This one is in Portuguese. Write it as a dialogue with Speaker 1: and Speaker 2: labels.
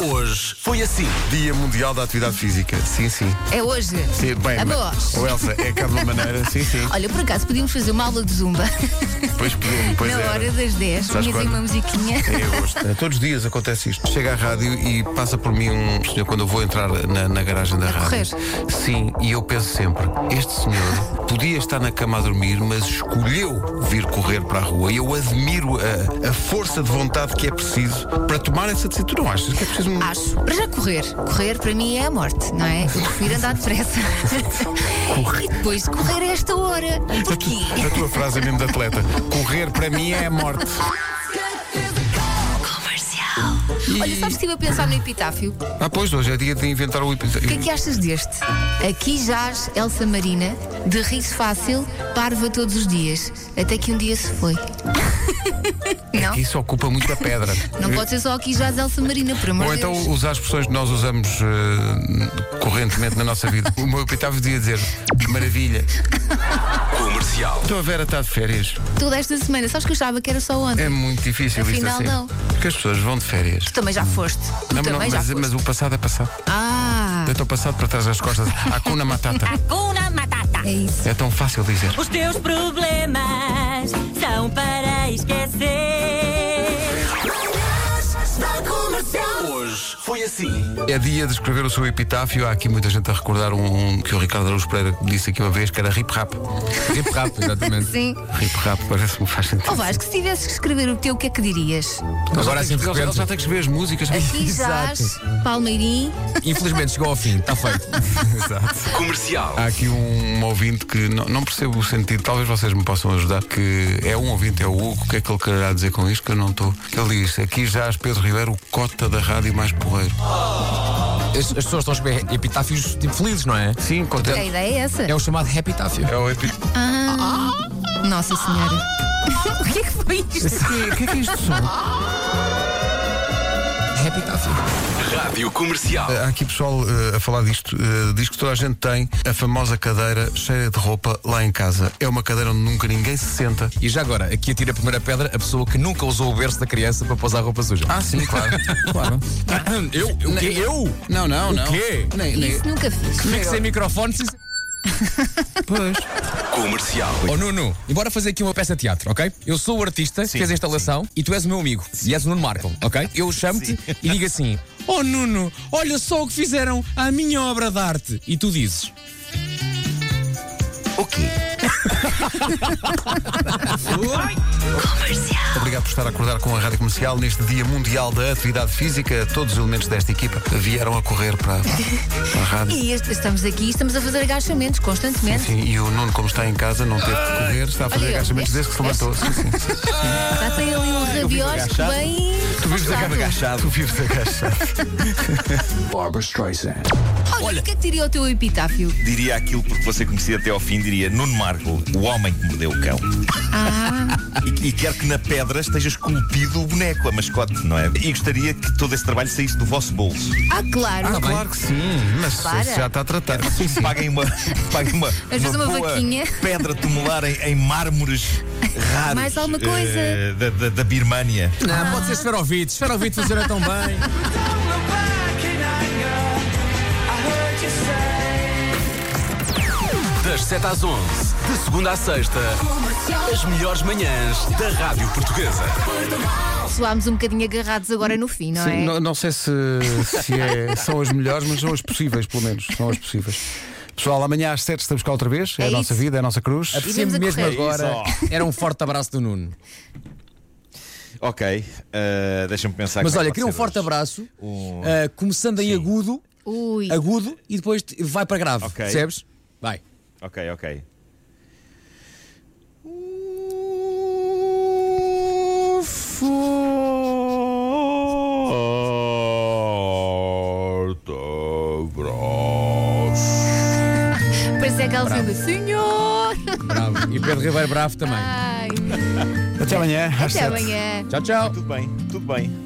Speaker 1: Hoje foi assim.
Speaker 2: Dia Mundial da Atividade Física. Sim, sim.
Speaker 3: É hoje.
Speaker 2: Sim, bem.
Speaker 3: A
Speaker 2: mas-
Speaker 3: voz.
Speaker 2: Ô, Elsa, é cá de uma maneira. Sim, sim.
Speaker 3: Olha, por acaso podíamos fazer uma aula de zumba
Speaker 2: Pois, pois, pois
Speaker 3: na
Speaker 2: era.
Speaker 3: hora das 10.
Speaker 2: Sabes
Speaker 3: Punhas aí
Speaker 2: quando?
Speaker 3: uma musiquinha.
Speaker 2: É agosto. Todos os dias acontece isto. Chega à rádio e passa por mim um senhor quando eu vou entrar na, na garagem da
Speaker 3: A
Speaker 2: rádio.
Speaker 3: correr.
Speaker 2: Sim, e eu penso sempre: este senhor podia estar na cama a dormir, mas escolheu vir correr para a rua. E eu admiro a, a força de vontade que é preciso para tomar essa decisão. Tu não achas que é preciso um.
Speaker 3: Acho. Para já correr. Correr para mim é a morte, não é? Eu prefiro andar depressa. e depois correr a esta hora. Porquê?
Speaker 2: A tua frase é mesmo de atleta: correr para mim é a morte.
Speaker 3: Comercial.
Speaker 2: E-
Speaker 3: Olha, sabes que estive a pensar no epitáfio? O
Speaker 2: Ah, pois, hoje é dia de inventar o episódio.
Speaker 3: que é que achas deste? Aqui jaz Elsa Marina, de riso fácil, parva todos os dias, até que um dia se foi. não?
Speaker 2: Isso ocupa muita pedra.
Speaker 3: é? Não pode ser só aqui jaz Elsa Marina, por amor
Speaker 2: Hum. Ou
Speaker 3: de
Speaker 2: então
Speaker 3: Deus.
Speaker 2: usar as expressões que nós usamos eh, correntemente na nossa vida. O meu epitáfio devia dizer maravilha.
Speaker 1: Comercial.
Speaker 2: Estou a ver a estar de férias.
Speaker 3: Toda esta semana, sabes que eu achava que era só ontem.
Speaker 2: É muito difícil isto
Speaker 3: Afinal,
Speaker 2: assim.
Speaker 3: não.
Speaker 2: Porque as pessoas vão de férias.
Speaker 3: Tu também já foste. Tu
Speaker 2: Não, mas, não,
Speaker 3: também já
Speaker 2: mas,
Speaker 3: foste.
Speaker 2: mas o passado é passado.
Speaker 3: Ah,
Speaker 2: Eu estou passado para trás das costas. Hakuna Matata.
Speaker 4: Hakuna Matata.
Speaker 3: é isso.
Speaker 2: É tão fácil dizer.
Speaker 4: Os teus problemas são para esquecer.
Speaker 1: Hoje foi assim.
Speaker 2: É dia de escrever o seu epitáfio. Há aqui muita gente a recordar um, um que o Ricardo Araújo Pereira disse aqui uma vez, que era hip rap. Hip rap, exatamente.
Speaker 3: Sim.
Speaker 2: Hip rap, parece-me faz sentido.
Speaker 3: Ó Oh, Vasco, se tivesses que escrever o teu, o que é que dirias?
Speaker 2: Ele
Speaker 5: Agora assim
Speaker 2: já
Speaker 5: de
Speaker 2: tem que- ele
Speaker 5: repente.
Speaker 2: já tem que escrever as músicas.
Speaker 3: Aqui
Speaker 5: Exato.
Speaker 3: jaz, Palmeirim.
Speaker 5: Infelizmente chegou ao fim, está feito.
Speaker 1: Comercial.
Speaker 2: Há aqui um ouvinte que não, não percebo o sentido, talvez vocês me possam ajudar, que é um ouvinte, é o Hugo, o que é que ele quererá dizer com isto que eu não estou. Ele diz, aqui já as Pedro Ribeiro, o cota da rádio mais porreiro.
Speaker 5: As, as pessoas estão a escrever epitáfios tipo felizes, não é?
Speaker 2: Sim,
Speaker 3: Que a
Speaker 2: contente.
Speaker 3: ideia é essa?
Speaker 5: É o chamado epitáfio.
Speaker 2: É o epi...
Speaker 3: Nossa Senhora. o que é que foi isto?
Speaker 2: O que é que é isto? Há
Speaker 5: Epitáfio.
Speaker 1: Rádio Comercial.
Speaker 2: aqui pessoal eh, a falar disto, eh, diz que toda a gente tem a famosa cadeira cheia de roupa lá em casa. É uma cadeira onde nunca ninguém se senta.
Speaker 5: E já agora, aqui atira a primeira pedra a pessoa que nunca usou o berço da criança para pousar roupa suja.
Speaker 2: Ah, sim, claro.
Speaker 5: claro. eu? O quê? Eu?
Speaker 2: Não, não, não.
Speaker 5: quê?
Speaker 2: Nem, nem-
Speaker 3: Isso nunca fiz.
Speaker 5: Como é que sem microfone? Sem...
Speaker 2: Pois.
Speaker 1: Comercial.
Speaker 5: Oh, Nuno, e bora fazer aqui uma peça de teatro, ok? Eu sou o artista que fez a instalação e tu és o meu amigo. E és o Nuno Marco, ok? Eu chamo-te e digo assim: Oh, Nuno, olha só o que fizeram à minha obra de arte. E tu dizes:
Speaker 2: O quê? Obrigado por estar a acordar com a Rádio Comercial neste Dia Mundial da Atividade Física. Todos os elementos desta equipa vieram a correr para, para a rádio.
Speaker 3: E este- estamos aqui, estamos a fazer agachamentos constantemente.
Speaker 2: Sim, e o Nuno, como está em casa, não teve que correr, está a fazer
Speaker 3: Olha,
Speaker 2: agachamentos desde que se levantou. Sim, sim, sim.
Speaker 3: Já tem ali
Speaker 2: Ah,
Speaker 3: um rabiosco bem.
Speaker 2: Tu vives
Speaker 3: Claro.
Speaker 2: agachado. Tu vives agachado.
Speaker 3: Olha, o que é que diria o teu epitáfio?
Speaker 6: diria aquilo porque você conhecia até ao fim, diria Nuno Marco, o homem que mordeu o cão.
Speaker 3: Ah.
Speaker 6: E, e quero que na pedra esteja esculpido o boneco, a mascote, não é? E gostaria que todo esse trabalho saísse do vosso bolso.
Speaker 3: Ah, claro.
Speaker 2: Ah, claro que sim, mas
Speaker 3: Para.
Speaker 2: já está a tratar.
Speaker 6: Paguem uma, paguem uma,
Speaker 3: vezes uma
Speaker 6: boa
Speaker 3: vaquinha.
Speaker 6: pedra tumular em, em mármores raros
Speaker 3: Mais alguma
Speaker 6: eh,
Speaker 3: coisa?
Speaker 6: da, da, da Birmânia.
Speaker 5: Não, pode
Speaker 2: Ah.
Speaker 5: ser esferovite. Esferovite funciona tão bem.
Speaker 1: Das 7 às 11, de segunda à sexta, as melhores manhãs da Rádio Portuguesa.
Speaker 3: Soámos um bocadinho agarrados agora no fim, não é?
Speaker 2: Sim, não, não sei se, se é- são as melhores, mas são as possíveis, pelo menos. São as possíveis. Pessoal, amanhã às 7 estamos cá outra vez. É,
Speaker 3: É
Speaker 2: a
Speaker 3: isso.
Speaker 2: nossa vida, é a nossa cruz.
Speaker 5: Sempre
Speaker 3: a
Speaker 5: mesmo
Speaker 3: correr.
Speaker 5: agora. Era um forte abraço do Nuno.
Speaker 6: Ok, eh, deixa-me pensar.
Speaker 5: Mas
Speaker 6: como é
Speaker 5: olha,
Speaker 6: que
Speaker 5: queria um
Speaker 6: pode
Speaker 5: forte
Speaker 6: ser hoje.
Speaker 5: abraço,
Speaker 6: Um-
Speaker 5: ah, começando em agudo,
Speaker 3: Ui.
Speaker 5: agudo e depois te- vai para grave.
Speaker 6: Ok.
Speaker 5: Percebes? Vai.
Speaker 6: Ok, ok.
Speaker 3: Parece aquela sendo assim, Senhor!
Speaker 5: Bravo. E
Speaker 3: Ah.
Speaker 5: Pedro Ribeiro Bravo também.
Speaker 3: Ai,
Speaker 2: Até amanhã às 7.
Speaker 3: até amanhã.
Speaker 5: Tchau, tchau.
Speaker 6: Tudo bem, tudo bem.